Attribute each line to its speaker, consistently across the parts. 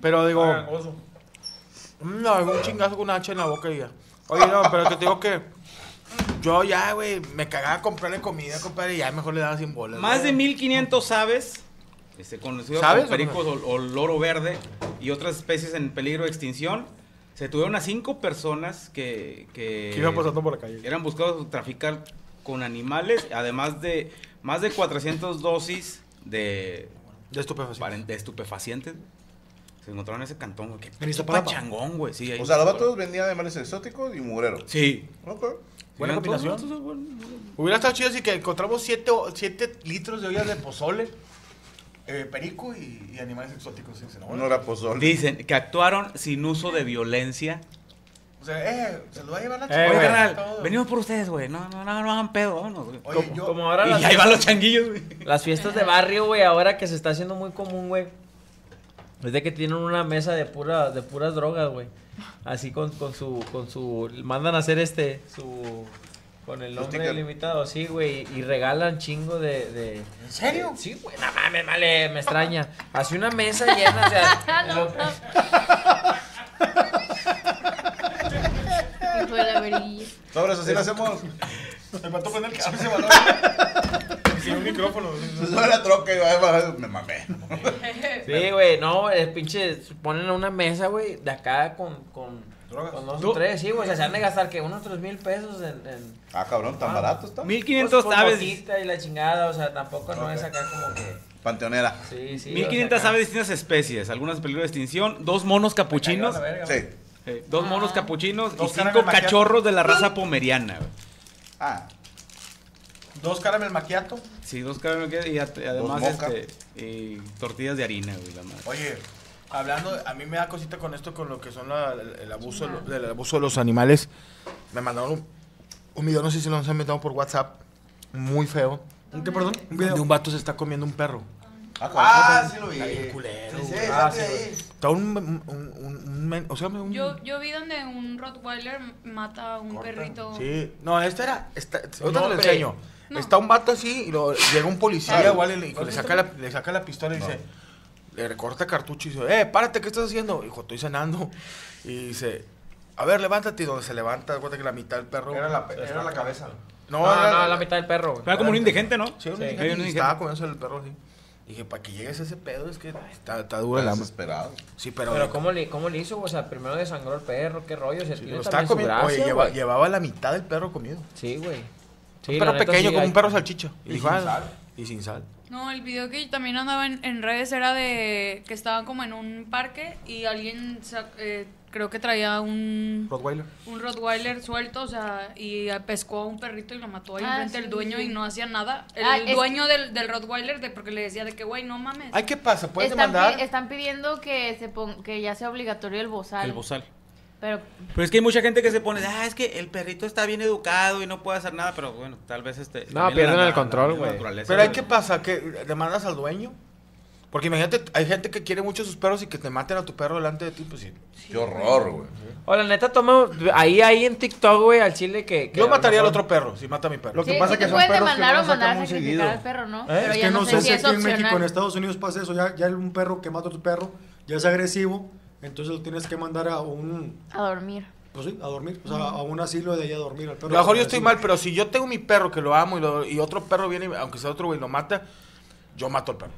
Speaker 1: Pero digo,
Speaker 2: Ah,
Speaker 1: mm, algún chingazo con una hacha en la boca y ya. Oye, no, pero te digo que yo ya, güey, me cagaba comprarle comida, compadre, y ya mejor le daba sin bolas.
Speaker 3: Más de
Speaker 1: güey.
Speaker 3: 1500 aves, este, conocido
Speaker 1: ¿Sabes?
Speaker 3: como pericos o, o loro verde y otras especies en peligro de extinción, se tuvieron a cinco personas que, que
Speaker 2: Que iban pasando por la calle.
Speaker 3: eran buscados por traficar con animales, además de más de 400 dosis de,
Speaker 1: De estupefacientes.
Speaker 3: paren- de estupefacientes. Se encontraron en ese cantón, güey. Qué
Speaker 2: ¿En
Speaker 3: pinche
Speaker 2: Iztapalapa?
Speaker 3: pachangón, güey. Sí, ahí
Speaker 4: O sea, los
Speaker 3: nos-
Speaker 4: vatos vendían animales exóticos y murero.
Speaker 3: Sí.
Speaker 4: Ok.
Speaker 1: Buena
Speaker 3: Eran todos-
Speaker 1: combinación.
Speaker 3: todos- bueno,
Speaker 1: Hubiera estado chido si que encontramos 7 litros de ollas de pozole, eh, perico y, y animales exóticos. Y dicen,
Speaker 4: Uno
Speaker 1: "Órale".
Speaker 4: era pozole.
Speaker 3: Dicen que actuaron sin uso de violencia.
Speaker 1: O sea, eh, se lo va a llevar la
Speaker 2: Eh,
Speaker 3: Oye,
Speaker 2: güey.
Speaker 3: carnal, venimos por ustedes, güey. No, no, no, no hagan pedo, vámonos, güey.
Speaker 1: Oye, yo,
Speaker 5: Como ahora
Speaker 3: Y
Speaker 5: las,
Speaker 3: ahí van los changuillos, güey.
Speaker 1: Pues,
Speaker 5: las fiestas de barrio, güey, ahora que se está haciendo muy común, güey. Es de que tienen una mesa de pura, de puras drogas, güey. Así con, con su, con su, mandan a hacer este, su, con el
Speaker 4: Su
Speaker 5: nombre
Speaker 4: sticker.
Speaker 5: limitado, sí, güey, y regalan chingo de, de,
Speaker 1: ¿en serio?
Speaker 5: Sí, güey, no mames, vale, me extraña. Así una mesa llena, o sea, lo-
Speaker 6: Me fue la verguilla.
Speaker 4: Sobres, así lo hacemos.
Speaker 1: Me mató con el cabrón se mató.
Speaker 2: Sin un micrófono.
Speaker 4: Sobre la troca y va- me mamé.
Speaker 5: Sí, güey, no, el pinche, ponen a una mesa, güey, de acá con, con,
Speaker 1: Drogas.
Speaker 5: con dos o tres, sí, güey, o sea, se han de gastar, que Unos tres mil pesos en... en
Speaker 4: Ah, cabrón, tan barato está.
Speaker 3: 1500
Speaker 5: pues, con
Speaker 3: aves.
Speaker 5: botita y la chingada, o sea, tampoco no
Speaker 4: Ok.
Speaker 5: es acá como que...
Speaker 4: Panteonera.
Speaker 5: Sí, sí.
Speaker 3: 1500
Speaker 5: o sea, acá-
Speaker 3: aves de distintas especies, algunas en peligro de extinción, dos monos capuchinos,
Speaker 4: Sí.
Speaker 3: eh, dos monos capuchinos y
Speaker 1: Ah. Dos
Speaker 3: cinco
Speaker 1: caras de
Speaker 3: cachorros de la raza pomeriana. güey.
Speaker 4: Ah,
Speaker 1: Dos caramel maquiato.
Speaker 3: Sí, dos caras y at- además
Speaker 4: moca.
Speaker 3: este, y tortillas de harina, güey, la madre.
Speaker 1: Oye, hablando, a mí me da cosita con esto, con lo que son la- el, el abuso, de lo- del abuso de los animales. Me mandaron un, un video, no sé si lo han metido por WhatsApp, muy feo.
Speaker 2: ¿Qué, perdón? Un video.
Speaker 1: De un vato se está comiendo un perro.
Speaker 4: ah, sí lo vi.
Speaker 1: Está bien culero,
Speaker 4: Sí, sí,
Speaker 1: güey.
Speaker 4: está
Speaker 5: Ah, sí,
Speaker 4: ahí.
Speaker 1: Está un, un, un- un men- o sea, un-
Speaker 6: Yo, yo vi donde un Rottweiler mata a un
Speaker 1: corta.
Speaker 6: perrito.
Speaker 1: Sí. No, este era, esta, ahorita te lo
Speaker 5: hombre.
Speaker 1: enseño.
Speaker 6: No.
Speaker 1: Está un vato así y lo, llega un policía
Speaker 4: Claro.
Speaker 1: igual y le, y le saca la, le saca la pistola y dice, le recorta cartucho y dice, eh, párate, ¿qué estás haciendo? Hijo, estoy cenando. Y dice, a ver, levántate. Y donde se levanta, acuérdate que la mitad del perro.
Speaker 2: Era la, era la cabeza.
Speaker 1: No,
Speaker 5: No,
Speaker 1: era
Speaker 5: no, la mitad del perro, güey.
Speaker 3: Era como un indigente, ¿no?
Speaker 1: Sí, era un
Speaker 5: Sí.
Speaker 3: Era
Speaker 1: indigente,
Speaker 3: un
Speaker 1: y
Speaker 3: indigente.
Speaker 1: Estaba comiendo el perro así. Dije, para que llegues a ese pedo es que está, está duro el hambre.
Speaker 4: Desesperado.
Speaker 1: Sí, pero...
Speaker 5: Pero ¿cómo le, ¿cómo le hizo? güey? O sea, primero desangró el perro, qué rollo, se
Speaker 1: sí,
Speaker 5: tiene
Speaker 1: lo
Speaker 5: también
Speaker 1: estaba
Speaker 5: su
Speaker 1: comiendo. Oye,
Speaker 5: gracia,
Speaker 1: lleva-
Speaker 5: güey.
Speaker 1: llevaba la mitad del perro comido.
Speaker 5: Sí, güey. Sí,
Speaker 1: Un
Speaker 5: la
Speaker 1: perro
Speaker 5: neta,
Speaker 1: pequeño,
Speaker 5: sí,
Speaker 1: como
Speaker 5: hay-
Speaker 1: un perro salchicha. Y, dijo,
Speaker 4: sin
Speaker 1: "Ah,
Speaker 4: sal".
Speaker 1: Y sin sal.
Speaker 6: No, el video que también andaba en, en redes era de que estaban como en un parque y alguien sa- eh, creo que traía un,
Speaker 1: Rottweiler.
Speaker 6: un Rottweiler suelto, o sea, y pescó a un perrito y lo mató ahí
Speaker 7: Ah,
Speaker 6: frente
Speaker 7: sí,
Speaker 6: al dueño
Speaker 7: sí.
Speaker 6: y no hacía nada. El
Speaker 7: Ah, es-
Speaker 6: dueño del, del Rottweiler, de, porque le decía de que, güey, no mames.
Speaker 1: Ay, ¿qué pasa? ¿Puedes
Speaker 7: están,
Speaker 1: demandar?
Speaker 7: pi- están pidiendo que se pon- que ya sea obligatorio el bozal.
Speaker 3: El bozal.
Speaker 7: Pero
Speaker 3: Pero es que hay mucha gente que se pone, ah, es que el perrito está bien educado y no puede hacer nada, pero bueno, tal vez este...
Speaker 5: No,
Speaker 3: también
Speaker 5: pierden
Speaker 3: la-
Speaker 5: el
Speaker 3: la
Speaker 5: control,
Speaker 3: misma
Speaker 5: güey.
Speaker 3: naturaleza,
Speaker 1: Pero hay
Speaker 3: güey.
Speaker 1: que pasa que demandas al dueño. Porque imagínate, hay gente que quiere mucho a sus perros y que te maten a tu perro delante de ti, pues sí.
Speaker 4: Qué horror, güey.
Speaker 5: O la neta, toma, ahí, ahí en TikTok, güey, al chile que... que
Speaker 1: Yo
Speaker 5: a lo
Speaker 1: mataría al
Speaker 5: mejor-
Speaker 1: otro perro si mata a mi perro.
Speaker 2: Lo que
Speaker 7: sí, sí
Speaker 2: pasa es que
Speaker 7: te
Speaker 2: son
Speaker 7: pueden
Speaker 2: perros que
Speaker 7: demandar
Speaker 2: no
Speaker 7: o
Speaker 2: los sacan
Speaker 7: mandar a
Speaker 2: muy
Speaker 7: sacrificar
Speaker 2: seguido.
Speaker 7: al perro, ¿no?
Speaker 5: ¿Eh?
Speaker 7: Pero
Speaker 5: Es
Speaker 2: Es
Speaker 7: ya
Speaker 2: que
Speaker 7: no,
Speaker 2: no
Speaker 7: sé
Speaker 2: sé
Speaker 7: si
Speaker 2: si
Speaker 7: es
Speaker 2: aquí en México, en
Speaker 7: opcional.
Speaker 2: Estados Unidos pasa eso. Ya, ya un perro que mata a tu perro ya es agresivo. Entonces lo tienes que mandar a un.
Speaker 7: A dormir.
Speaker 2: Pues sí, a dormir. O sea, a un asilo de ahí a dormir al
Speaker 1: A
Speaker 2: perro.
Speaker 1: lo mejor yo estoy mal, pero si yo tengo mi perro que lo amo y, lo- y otro perro viene, y- aunque sea otro güey, lo mata, yo mato al perro.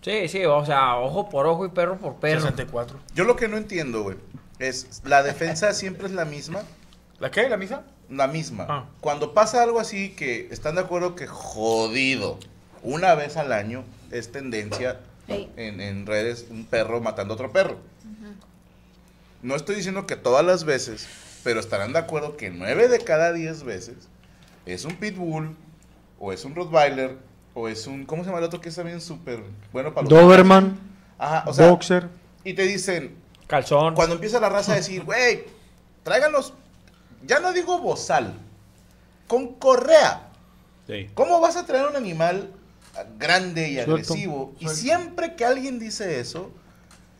Speaker 5: Sí, sí, o sea, ojo por ojo y perro por perro.
Speaker 1: 64.
Speaker 4: Yo lo que no entiendo, güey, es la defensa siempre es la misma.
Speaker 1: ¿La qué? ¿La misa?
Speaker 4: La misma.
Speaker 1: Ah.
Speaker 4: Cuando pasa algo así que están de acuerdo que jodido, una vez al año es tendencia
Speaker 7: Sí.
Speaker 4: en, en redes un perro matando a otro perro. No estoy diciendo que todas las veces, pero estarán de acuerdo que nueve de cada diez veces es un pitbull o es un Rottweiler o es un... ¿Cómo se llama el otro que es también súper bueno para los...
Speaker 2: Doberman,
Speaker 4: Ajá, o sea,
Speaker 2: Boxer.
Speaker 4: y te dicen,
Speaker 5: Calzón.
Speaker 4: cuando empieza la raza a decir, güey, tráiganlos, ya no digo bozal, con correa.
Speaker 3: Sí.
Speaker 4: ¿Cómo vas a traer un animal grande y
Speaker 2: Suelto.
Speaker 4: agresivo? Y siempre que alguien dice eso,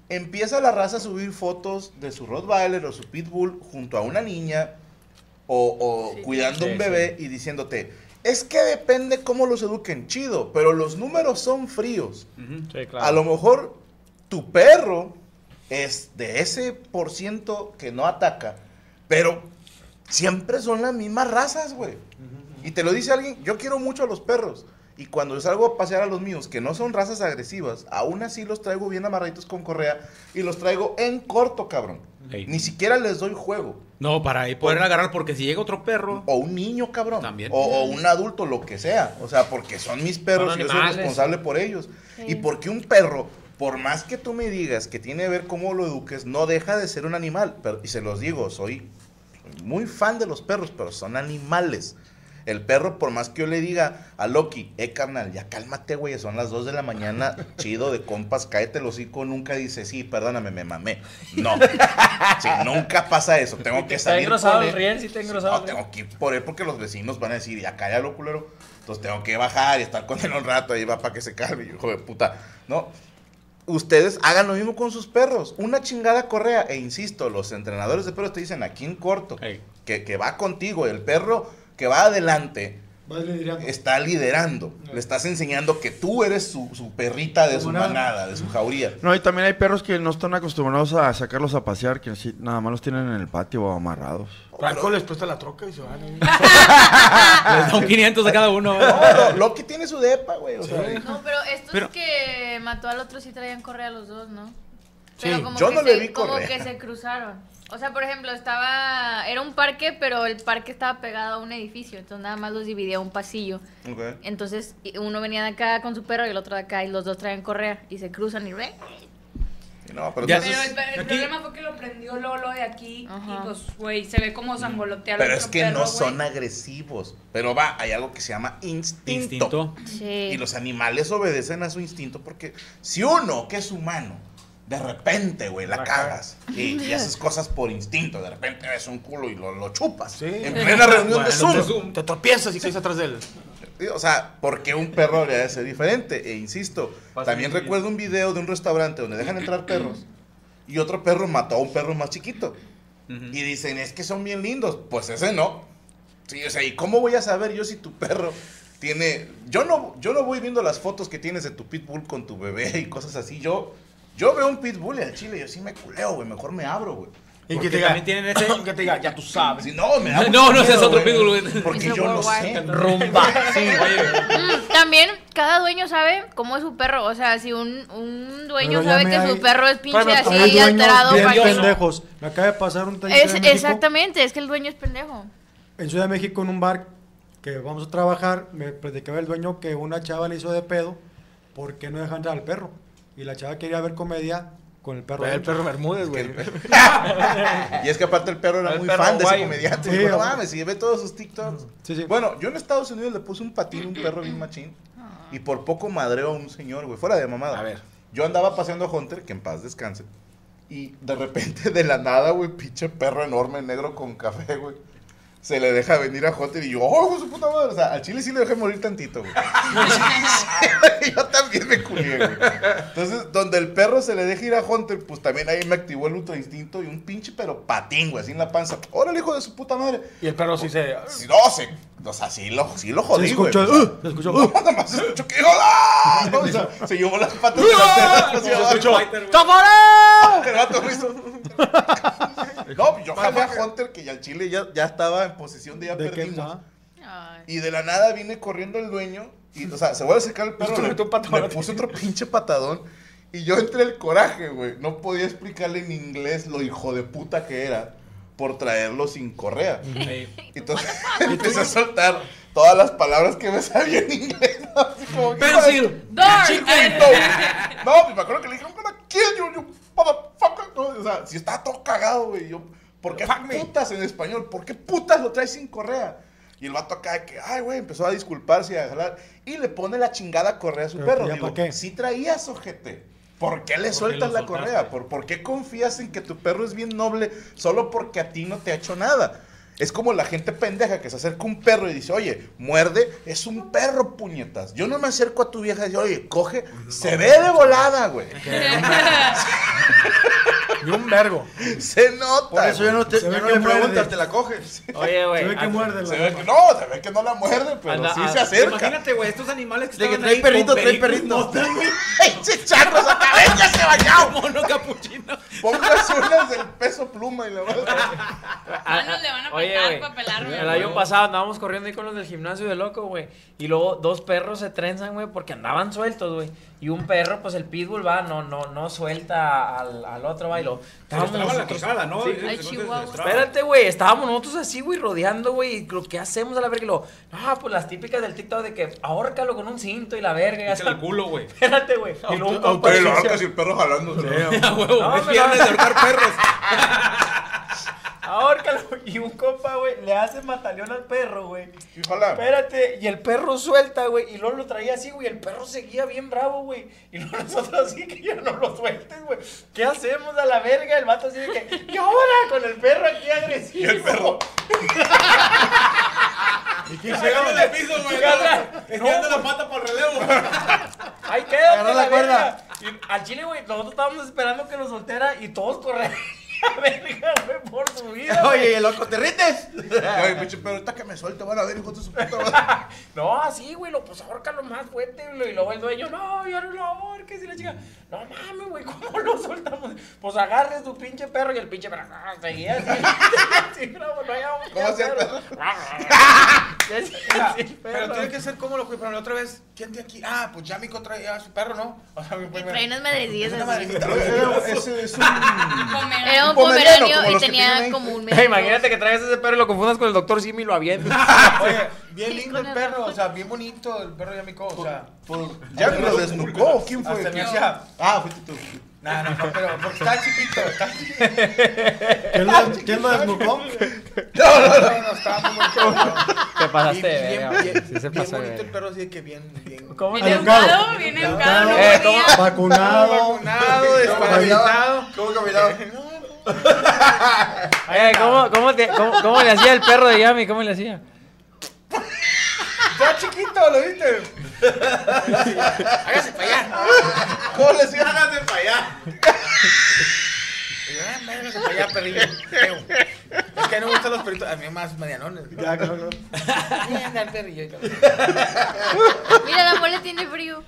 Speaker 4: empieza la raza a subir fotos de su Rottweiler o su Pitbull junto a una niña o, o cuidando
Speaker 5: Sí,
Speaker 4: un bebé y diciéndote, es que depende cómo los eduquen, chido, pero los números son fríos.
Speaker 3: Ujú.
Speaker 5: Sí,
Speaker 4: A
Speaker 5: claro.
Speaker 4: lo mejor tu perro es de ese por ciento que no ataca, pero siempre son las mismas razas, güey. Y te lo dice alguien, yo quiero mucho a los perros. Y cuando yo salgo a pasear a los míos, que no son razas agresivas, aún así los traigo bien amarraditos con correa y los traigo en corto, cabrón.
Speaker 3: Ey.
Speaker 4: Ni siquiera les doy juego.
Speaker 3: No, para ahí poder agarrar, porque si llega otro perro.
Speaker 4: O un niño, cabrón.
Speaker 3: También.
Speaker 4: O, o un adulto, lo que sea. O sea, porque son mis perros
Speaker 5: Son
Speaker 4: y yo soy
Speaker 5: animales.
Speaker 4: responsable por ellos.
Speaker 7: Sí.
Speaker 4: Y porque un perro, por más que tú me digas que tiene que ver cómo lo eduques, no deja de ser un animal. Pero- y se los digo, soy muy fan de los perros, pero son animales. El perro, por más que yo le diga a Loki, eh, carnal, ya cálmate, güey, son las 2 de la mañana, chido, de compas, cállate el hocico, nunca dice, sí, perdóname, me mamé. No, Sí, nunca pasa eso, tengo que
Speaker 5: Está
Speaker 4: salir
Speaker 5: engrosado
Speaker 4: con
Speaker 5: el
Speaker 4: él.
Speaker 5: riel, sí está engrosado
Speaker 4: No,
Speaker 5: el riel.
Speaker 4: tengo que ir por él porque los vecinos van a decir, ya cállalo, culero. Entonces tengo que bajar y estar con él un rato, ahí va para que se calme, hijo de puta. No, ustedes hagan lo mismo con sus perros. Una chingada correa, e insisto, los entrenadores de perros te dicen aquí en corto,
Speaker 3: Ey.
Speaker 4: que, que va contigo, el perro que va adelante
Speaker 2: Vas liderando.
Speaker 1: Este,
Speaker 4: está liderando. Le estás enseñando que tú eres su, su perrita de
Speaker 2: Como
Speaker 4: su
Speaker 2: una-
Speaker 4: manada, de su jauría.
Speaker 8: No, y también hay perros que no están acostumbrados a sacarlos a pasear, que sí, nada más los tienen en el patio o amarrados.
Speaker 1: Franco les presta la troca y se van. ahí.
Speaker 3: Les da un 500 a cada uno.
Speaker 4: No, lo- Loki tiene su depa, güey. o sea,
Speaker 7: No, pero estos
Speaker 3: Pero-
Speaker 7: que mató al otro sí traían correa los dos, ¿no?
Speaker 1: Sí,
Speaker 4: yo
Speaker 7: que
Speaker 4: no le
Speaker 7: se-
Speaker 4: vi
Speaker 7: como
Speaker 4: correa.
Speaker 7: que se cruzaron. O sea, por ejemplo, estaba. Era un parque, pero el parque estaba pegado a un edificio. Entonces nada más los dividía un pasillo.
Speaker 4: ok.
Speaker 7: Entonces y- uno venía de acá con su perro y el otro de acá. Y los dos traían correa. Y se cruzan y. ¡re!
Speaker 4: No, pero
Speaker 3: Ya
Speaker 4: entonces-
Speaker 6: Pero el, el
Speaker 3: Aquí-
Speaker 6: problema fue que lo prendió Lolo de aquí
Speaker 7: Ajá.
Speaker 6: y pues, güey, se ve como zangolotea al
Speaker 4: Pero
Speaker 6: otro
Speaker 4: es que
Speaker 6: perro,
Speaker 4: no
Speaker 6: güey.
Speaker 4: son agresivos. Pero va, hay algo que se llama instinto.
Speaker 3: Instinto.
Speaker 7: Sí.
Speaker 4: Y los animales obedecen a su instinto porque si uno, que es humano, de repente, güey, la, cagas y, y haces cosas por instinto, de repente ves un culo y lo, lo chupas
Speaker 1: Sí.
Speaker 4: en plena reunión de Zoom.
Speaker 1: Bueno, te- Te tropiezas y caes atrás de él.
Speaker 4: Sí, O sea, porque un perro le debe ser diferente? E insisto,
Speaker 5: Pasa
Speaker 4: también
Speaker 5: muy bien.
Speaker 4: recuerdo un video de un restaurante donde dejan entrar perros y otro perro mató a un perro más chiquito. Y dicen, es que son bien lindos. Pues ese no. Sí, o sea, ¿y cómo voy a saber yo si tu perro tiene... Yo no, yo no voy viendo las fotos que tienes de tu pitbull con tu bebé y cosas así. Yo, yo veo un pitbull en Chile y yo sí me culeo, güey. Mejor me abro, güey.
Speaker 1: Y
Speaker 3: Porque
Speaker 1: que te diga,
Speaker 3: también tienen ese-
Speaker 1: que te diga, ya tú sabes.
Speaker 4: Si no, me da
Speaker 3: No,
Speaker 4: mucho
Speaker 3: no, ese es
Speaker 4: miedo,
Speaker 3: otro pitbull, güey.
Speaker 4: Porque
Speaker 7: Ese
Speaker 4: yo no
Speaker 7: worldwide.
Speaker 4: sé.
Speaker 5: Rumba.
Speaker 7: Mm, También cada dueño sabe cómo es su perro. O sea, si un, un dueño
Speaker 2: Pero ya
Speaker 7: sabe
Speaker 2: me
Speaker 7: que
Speaker 2: hay-
Speaker 7: su perro es pinche
Speaker 1: Bueno,
Speaker 2: Hay
Speaker 1: también
Speaker 7: así
Speaker 2: dueños
Speaker 7: alterado,
Speaker 2: bien
Speaker 7: pañuelo.
Speaker 2: pendejos. Me acaba de pasar un taller
Speaker 7: Es, exactamente, es que el dueño es pendejo.
Speaker 2: en Ciudad de México en un bar que vamos a trabajar, me platicaba el dueño que una chava le hizo de pedo porque no dejan entrar al perro. Y la chava quería ver comedia con el perro.
Speaker 1: Güey, El
Speaker 2: adentro.
Speaker 1: perro Bermúdez, güey.
Speaker 4: Y es que aparte el perro era
Speaker 5: El
Speaker 4: muy
Speaker 5: perro
Speaker 4: fan de ese
Speaker 5: guayo.
Speaker 4: comediante.
Speaker 2: Sí,
Speaker 4: Dijo, no
Speaker 2: güey.
Speaker 4: mames, y ve todos sus TikToks.
Speaker 2: Sí, sí.
Speaker 4: Bueno, yo en Estados Unidos le puse un patín a un perro bien machín. Y por poco madreo a un señor, güey. Fuera de mamada.
Speaker 1: A ver.
Speaker 4: Yo andaba paseando a Hunter, que en paz descanse. Y de repente, de la nada, güey, pinche perro enorme, negro con café, güey. Se le deja venir a Hunter y yo, ¡oh, hijo de su puta madre! O sea, al chile sí le dejé morir tantito, güey. yo también me culié, güey. Entonces, donde el perro se le deja ir a Hunter, pues también ahí me activó el ultra instinto y un pinche pero patín, güey, así en la panza. ¡Órale, hijo de su puta madre!
Speaker 1: Y el perro sí se.
Speaker 4: Si no, se, o sea, sí lo, sí lo jodí,
Speaker 2: Se escuchó,
Speaker 4: güey.
Speaker 2: uh, se escuchó, uh.
Speaker 4: Nada más se escuchó que dijo, ¡ah! No, o sea, se llevó las patas delanteras hacia abajo. El vato lo hizo. No, yo jamé a Hunter que ya el Chile ya, ya estaba en posición de ya
Speaker 2: ¿De qué?
Speaker 4: perdimos.
Speaker 2: Ah,
Speaker 7: Ay.
Speaker 4: Y de la nada viene corriendo el dueño. Y, o sea, se vuelve a sacar el perro.
Speaker 1: Esto
Speaker 4: Le,
Speaker 1: metió un patadón.
Speaker 4: le puso otro pinche patadón. Y yo entre el coraje, güey. No podía explicarle en inglés lo hijo de puta que era por traerlo sin correa. Entonces empecé a soltar todas las palabras que me sabía en inglés. Así como que,
Speaker 3: Pencil.
Speaker 6: Dark.
Speaker 4: No, no, pues me acuerdo que le dijeron, I'm gonna kill you, you motherfucker. No, o sea, si estaba todo cagado, güey. Yo, ¿por qué putas en español? ¿Por qué putas lo traes sin correa? Y el vato acá, de que, ay, güey, empezó a disculparse y a jalar. Y le pone la chingada correa a su
Speaker 2: Pero,
Speaker 4: perro.
Speaker 8: pues
Speaker 2: ¿ya
Speaker 4: Digo,
Speaker 2: pa' qué?
Speaker 4: si traías, ojete. ¿Por qué le
Speaker 3: qué
Speaker 4: sueltas
Speaker 3: lo
Speaker 4: la
Speaker 3: soltaste?
Speaker 4: correa? ¿Por, ¿Por qué confías en que tu perro es bien noble solo porque a ti no te ha hecho nada? Es como la gente pendeja que se acerca a un perro y dice, oye, muerde, es un perro, puñetas. Yo no me acerco a tu vieja y digo, oye, coge, se ve de volada, güey.
Speaker 1: Y un vergo.
Speaker 4: Se nota.
Speaker 8: Por eso
Speaker 4: güey.
Speaker 8: yo no te,
Speaker 2: Se ve
Speaker 8: yo no
Speaker 2: que
Speaker 8: le
Speaker 2: muerde.
Speaker 8: preguntas, te la coges.
Speaker 5: Oye, güey.
Speaker 2: Se ve que
Speaker 5: antes-
Speaker 2: muerde
Speaker 4: Se
Speaker 2: la
Speaker 4: ve que no, se ve que no la muerde, pero
Speaker 5: Anda,
Speaker 4: sí
Speaker 5: ah,
Speaker 4: se acerca.
Speaker 3: Imagínate, güey, estos animales que
Speaker 8: De que
Speaker 3: estaban
Speaker 8: trae
Speaker 3: ahí
Speaker 8: perrito,
Speaker 3: con
Speaker 8: trae
Speaker 3: perico.
Speaker 8: perrito.
Speaker 4: ¡Ey, chicharros acá! ¡Véngase bañado!
Speaker 3: Mono capuchino.
Speaker 4: Póngase unas del peso pluma y la verdad.
Speaker 6: Ah, nos le van a
Speaker 5: Oye,
Speaker 6: pegar
Speaker 5: güey,
Speaker 6: para pelarme.
Speaker 5: El año pasado andábamos corriendo ahí con los del gimnasio de loco, güey. Y luego dos perros se trenzan, güey, porque andaban sueltos, güey. Y un perro, pues el pitbull va, no, no, no suelta al, al otro, va. Y lo. Estábamos
Speaker 3: Estaba la
Speaker 5: nosotros-
Speaker 3: quejada, ¿no?
Speaker 5: Sí.
Speaker 3: Y-
Speaker 6: Ay,
Speaker 3: y-
Speaker 6: Chihuahua.
Speaker 5: Espérate, güey, estábamos nosotros así, güey, rodeando, güey, y lo que hacemos a la verga, y lo, ah, pues las típicas del TikTok de que ahórcalo con un cinto y la verga, y ya
Speaker 3: Pícale el
Speaker 5: está.
Speaker 3: culo, güey.
Speaker 5: Espérate, güey. Y luego un compa
Speaker 4: Pero lo
Speaker 5: sucio.
Speaker 4: arcas y el perro jalándose.
Speaker 3: A huevo,
Speaker 5: No,
Speaker 3: es
Speaker 5: me
Speaker 3: viernes
Speaker 5: la-
Speaker 3: de ahorcar perros.
Speaker 5: Ahórcalo. Y un compa, güey, le hace mataleón al perro, güey.
Speaker 4: Y jala.
Speaker 5: Espérate, y el perro suelta, güey. Y luego lo traía así, güey. El perro seguía bien bravo, güey. Y luego nosotros así que ya no lo sueltes, güey. ¿Qué hacemos a la verga? El vato así de que, ¿qué hora? Con el perro aquí agresivo.
Speaker 4: Y el perro.
Speaker 3: Sacándole el piso, güey.
Speaker 5: Agarra-
Speaker 3: Estirando la pata para el relevo.
Speaker 5: Ahí quédate,
Speaker 2: Agarra la
Speaker 5: la
Speaker 2: cuerda.
Speaker 5: verga. Y al chile, güey, nosotros estábamos esperando que lo soltara y todos corren. La verga, güey, por su vida. güey.
Speaker 2: Oye, loco, ¿te rites?
Speaker 4: Ay, pinche perro, ahorita que me suelte, van a ver, hijo de su puta madre.
Speaker 5: No, así, güey, lo pues ahórcalo más fuerte, güey. Y luego el dueño, no, yo no lo ahorques. Y la chica, no mames, güey, ¿cómo lo soltamos? Pues agarre tu pinche perro y el pinche perro, ah, seguía así. así bravo, no hallaba un
Speaker 4: ¿Cómo hacía el perro?
Speaker 5: Y así, así, el
Speaker 1: Pero
Speaker 5: perro.
Speaker 1: tiene que ser cómodo, güey. Pero la otra vez, ¿quién de aquí? Ah, pues ya mi traía a su perro, ¿no? O sea, mi
Speaker 7: Y
Speaker 1: primer-
Speaker 7: trae unas madrecillas
Speaker 1: Una
Speaker 7: así.
Speaker 1: madrecita, güey.
Speaker 2: Era- ese es un-
Speaker 7: Era un
Speaker 4: Un pomerano,
Speaker 7: pomeranio
Speaker 4: como
Speaker 7: y
Speaker 4: los que tienen
Speaker 7: tenía
Speaker 4: ahí.
Speaker 7: como un
Speaker 5: Eh, imagínate que traigas ese perro y lo confundas con el doctor Simi y lo avientas.
Speaker 1: Oye, bien lindo
Speaker 7: con
Speaker 1: el
Speaker 7: el
Speaker 1: perro, o sea, bien bonito el perro Yamiko, o sea.
Speaker 4: ¿Ya me lo desnucó? ¿o ¿Quién fue?
Speaker 1: Hasta me hacía.
Speaker 4: Ah, fuiste tú.
Speaker 1: No, no, no, pero porque está chiquito, está chiquito.
Speaker 2: ¿Quién lo- ¿Quién lo desnucó?
Speaker 1: No, no, no, no, estaba muy bonito.
Speaker 5: Te
Speaker 1: Y
Speaker 5: pasaste, de
Speaker 1: bien,
Speaker 5: verga,
Speaker 1: bien,
Speaker 5: güey. Sí se
Speaker 1: bien
Speaker 5: pasó
Speaker 1: bonito
Speaker 5: de
Speaker 1: el
Speaker 5: verga.
Speaker 1: perro, así de que bien, bien.
Speaker 5: ¿Cómo
Speaker 6: Viene
Speaker 5: no?
Speaker 2: Educado.
Speaker 6: educado, viene educado, no
Speaker 5: Eh, ¿cómo?
Speaker 6: podía.
Speaker 2: Vacunado.
Speaker 1: Vacunado, desparasitado.
Speaker 4: ¿Cómo caminaba?
Speaker 5: Eh, ¿cómo, cómo, te- cómo- cómo le hacía el perro de Yami? ¿Cómo le hacía?
Speaker 1: Está chiquito, ¿lo viste? Hágase para allá.
Speaker 4: ¿Cómo le decía? Hágase para allá.
Speaker 1: Y yo, "Ah, Hágase para allá, perrillo. Feo. Es que a mí me gustan los perritos, a mí más medianones.
Speaker 2: Ya, cabrón.
Speaker 1: Anda el perrillo. y yo,
Speaker 7: Mira, la mole tiene frío.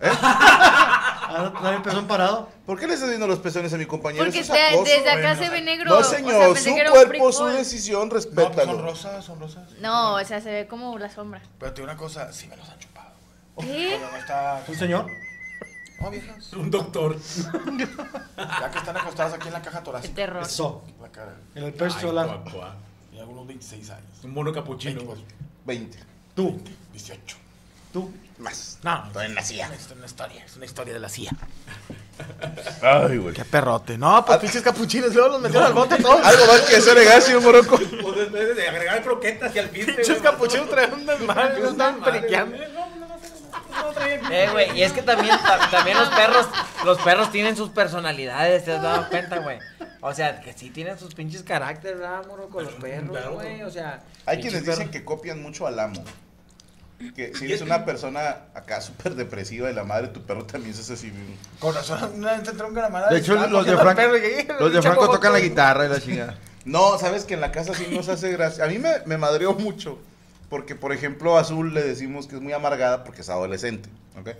Speaker 2: Ahora también empezó un parado.
Speaker 4: ¿Por qué le estás viendo los pezones a mi compañero?
Speaker 7: Porque
Speaker 4: Eso
Speaker 7: te-
Speaker 4: es acoso,
Speaker 7: desde
Speaker 4: güey.
Speaker 7: acá se ve negro.
Speaker 4: No,
Speaker 7: o sea,
Speaker 4: señor,
Speaker 7: pensé
Speaker 4: su
Speaker 7: que era un
Speaker 4: cuerpo, su
Speaker 7: frijol.
Speaker 4: decisión,
Speaker 1: No, pues son
Speaker 4: respétalo.
Speaker 1: rosas, son rosas.
Speaker 7: No, o sea, se ve como la sombra.
Speaker 1: Pero te digo una cosa, sí me los han chupado, güey.
Speaker 7: ¿Qué?
Speaker 1: Cuando no está...
Speaker 2: ¿Un señor?
Speaker 1: No, viejas.
Speaker 3: Un doctor.
Speaker 1: Ya que están acostadas aquí en la caja
Speaker 7: Qué
Speaker 1: torácica.
Speaker 7: terror.
Speaker 2: Eso.
Speaker 1: La cara.
Speaker 2: En el
Speaker 3: Ay,
Speaker 2: pecho solar.
Speaker 3: guapa.
Speaker 1: Y algunos 26 años.
Speaker 3: Un mono capuchino.
Speaker 4: 20.
Speaker 2: Tú,
Speaker 1: 18.
Speaker 2: tú.
Speaker 4: Más.
Speaker 1: No,
Speaker 4: Estoy en la CIA.
Speaker 1: es una historia, es una historia de la CIA.
Speaker 4: Ay, güey.
Speaker 1: Qué perrote. No, pues pinches capuchines, luego los metieron al bote todos.
Speaker 4: Algo más que hacer Legacy, un moroco.
Speaker 3: Pues es- es de agregar croquetas y al piste.
Speaker 1: Pinches capuchinos traen un desmadre, no están periqueando.
Speaker 5: Eh, güey, y es que también, ta- también los perros, los perros tienen sus personalidades, ¿te has dado cuenta, güey? O sea, que sí tienen sus pinches caracteres, ¿verdad, moro? Con los perros, güey, o sea...
Speaker 4: Hay quienes
Speaker 5: pinches
Speaker 4: dicen
Speaker 5: perros.
Speaker 4: que copian mucho al amo. Que si eres una persona acá súper depresiva y la madre, tu perro también se hace así. güey.
Speaker 1: Con razón, una vez entró un camarada.
Speaker 8: De
Speaker 1: y
Speaker 8: hecho,
Speaker 1: estaba
Speaker 8: los de,
Speaker 1: cogiendo
Speaker 8: Frank-
Speaker 1: al perro y
Speaker 8: los
Speaker 1: ahí,
Speaker 8: de
Speaker 1: pinche
Speaker 8: Franco
Speaker 1: cojo
Speaker 8: tocan la
Speaker 1: todo.
Speaker 8: guitarra y la chingada.
Speaker 4: No, sabes que en la casa sí nos hace gracia. A mí me, me madreó mucho. Porque, por ejemplo, a Azul le decimos que es muy amargada porque es adolescente. ¿ok?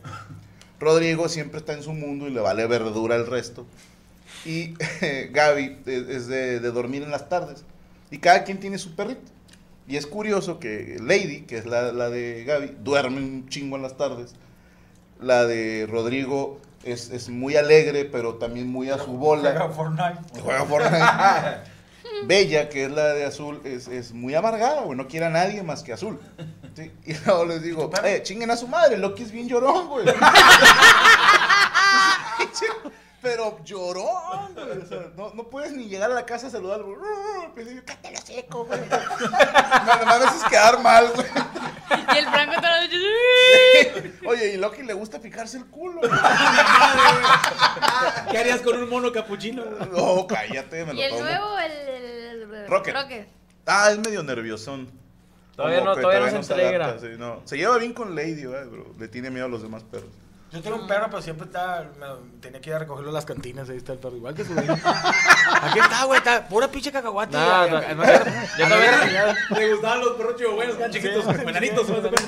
Speaker 4: Rodrigo siempre está en su mundo y le vale verdura el resto. Y Gaby es, es de, de dormir en las tardes. Y cada quien tiene su perrito. Y es curioso que Lady, que es la, la de Gaby, duerme un chingo en las tardes. La de Rodrigo es, es muy alegre, pero también muy a su bola.
Speaker 1: Juega Fortnite.
Speaker 4: Juega Fortnite. Bella, que es la de azul, es, es muy amargada, güey. No quiere a nadie más que azul. Sí, Y luego les digo, eh, chinguen a su madre, Loki es bien llorón, güey. Pero llorón, güey. O sea, no, no puedes ni llegar a la casa a saludar. güey. Pues, Cállate la seco, güey. Nada más me haces quedar mal, güey.
Speaker 6: Y el Franco toda la noche. "Sí".
Speaker 4: Oye, y Loki le gusta picarse el culo. güey.
Speaker 3: ¿Qué harías con un mono capuchino?
Speaker 4: No, cállate, me lo
Speaker 7: Y el
Speaker 4: tomo.
Speaker 7: nuevo, el. el-
Speaker 4: Rocket. Ah, es medio nerviosón.
Speaker 5: Todavía
Speaker 4: Como
Speaker 5: no-
Speaker 4: que
Speaker 5: todavía no se
Speaker 4: adapta,
Speaker 5: integra.
Speaker 4: sí, no. Se lleva bien con Lady, ¿verdad? pero le tiene miedo a los demás perros.
Speaker 1: Yo tengo un perro, pero siempre estaba, me- tenía que ir a recogerlo a las cantinas. Ahí está el perro, igual que su dueño. Aquí está, güey, está pura pinche cacahuate.
Speaker 5: No,
Speaker 1: Ya,
Speaker 5: no,
Speaker 1: ya,
Speaker 5: no,
Speaker 1: ya.
Speaker 5: yo también era niñado.
Speaker 3: Le gustaban los perros chihuahuelos, eran chiquitos, enanitos.
Speaker 1: Pues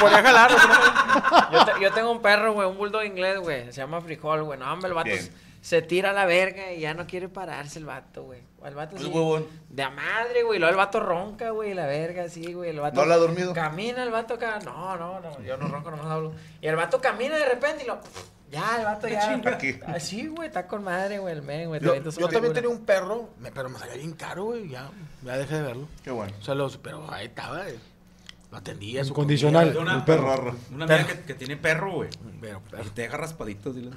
Speaker 1: Podría jalarlo. ¿no?
Speaker 5: Yo, te- yo tengo un perro, güey, un bulldog inglés, güey. Se llama Frijol, güey. No, hombre, el vato
Speaker 4: Bien.
Speaker 5: s- se tira a la verga y ya no quiere pararse el vato, güey. El vato
Speaker 4: Pues Es
Speaker 5: sí,
Speaker 4: huevón.
Speaker 5: De a madre, güey. Luego el vato ronca, güey, la verga, sí, güey. El vato
Speaker 4: ¿No la ha dormido?
Speaker 5: Camina el vato acá. No, no, no. Yo no ronco, nomás hablo. Y el vato camina de repente y lo. Ya, el vato ya.
Speaker 4: Aquí.
Speaker 5: Así, güey, está con madre, güey, el men, güey. te
Speaker 1: Yo,
Speaker 5: avientas
Speaker 1: yo
Speaker 5: una
Speaker 1: también
Speaker 5: figura.
Speaker 1: tenía un perro, me- pero me salía bien caro, güey. Ya, ya dejé de verlo.
Speaker 4: Qué bueno.
Speaker 1: O sea, los, pero ahí estaba, eh, lo atendía. su
Speaker 2: Incondicional.
Speaker 1: comida,
Speaker 2: El perro.
Speaker 4: Rorro.
Speaker 3: Una amiga que, que tiene perro, güey.
Speaker 1: Pero,
Speaker 3: Y
Speaker 1: pero,
Speaker 3: te deja raspaditos, dile.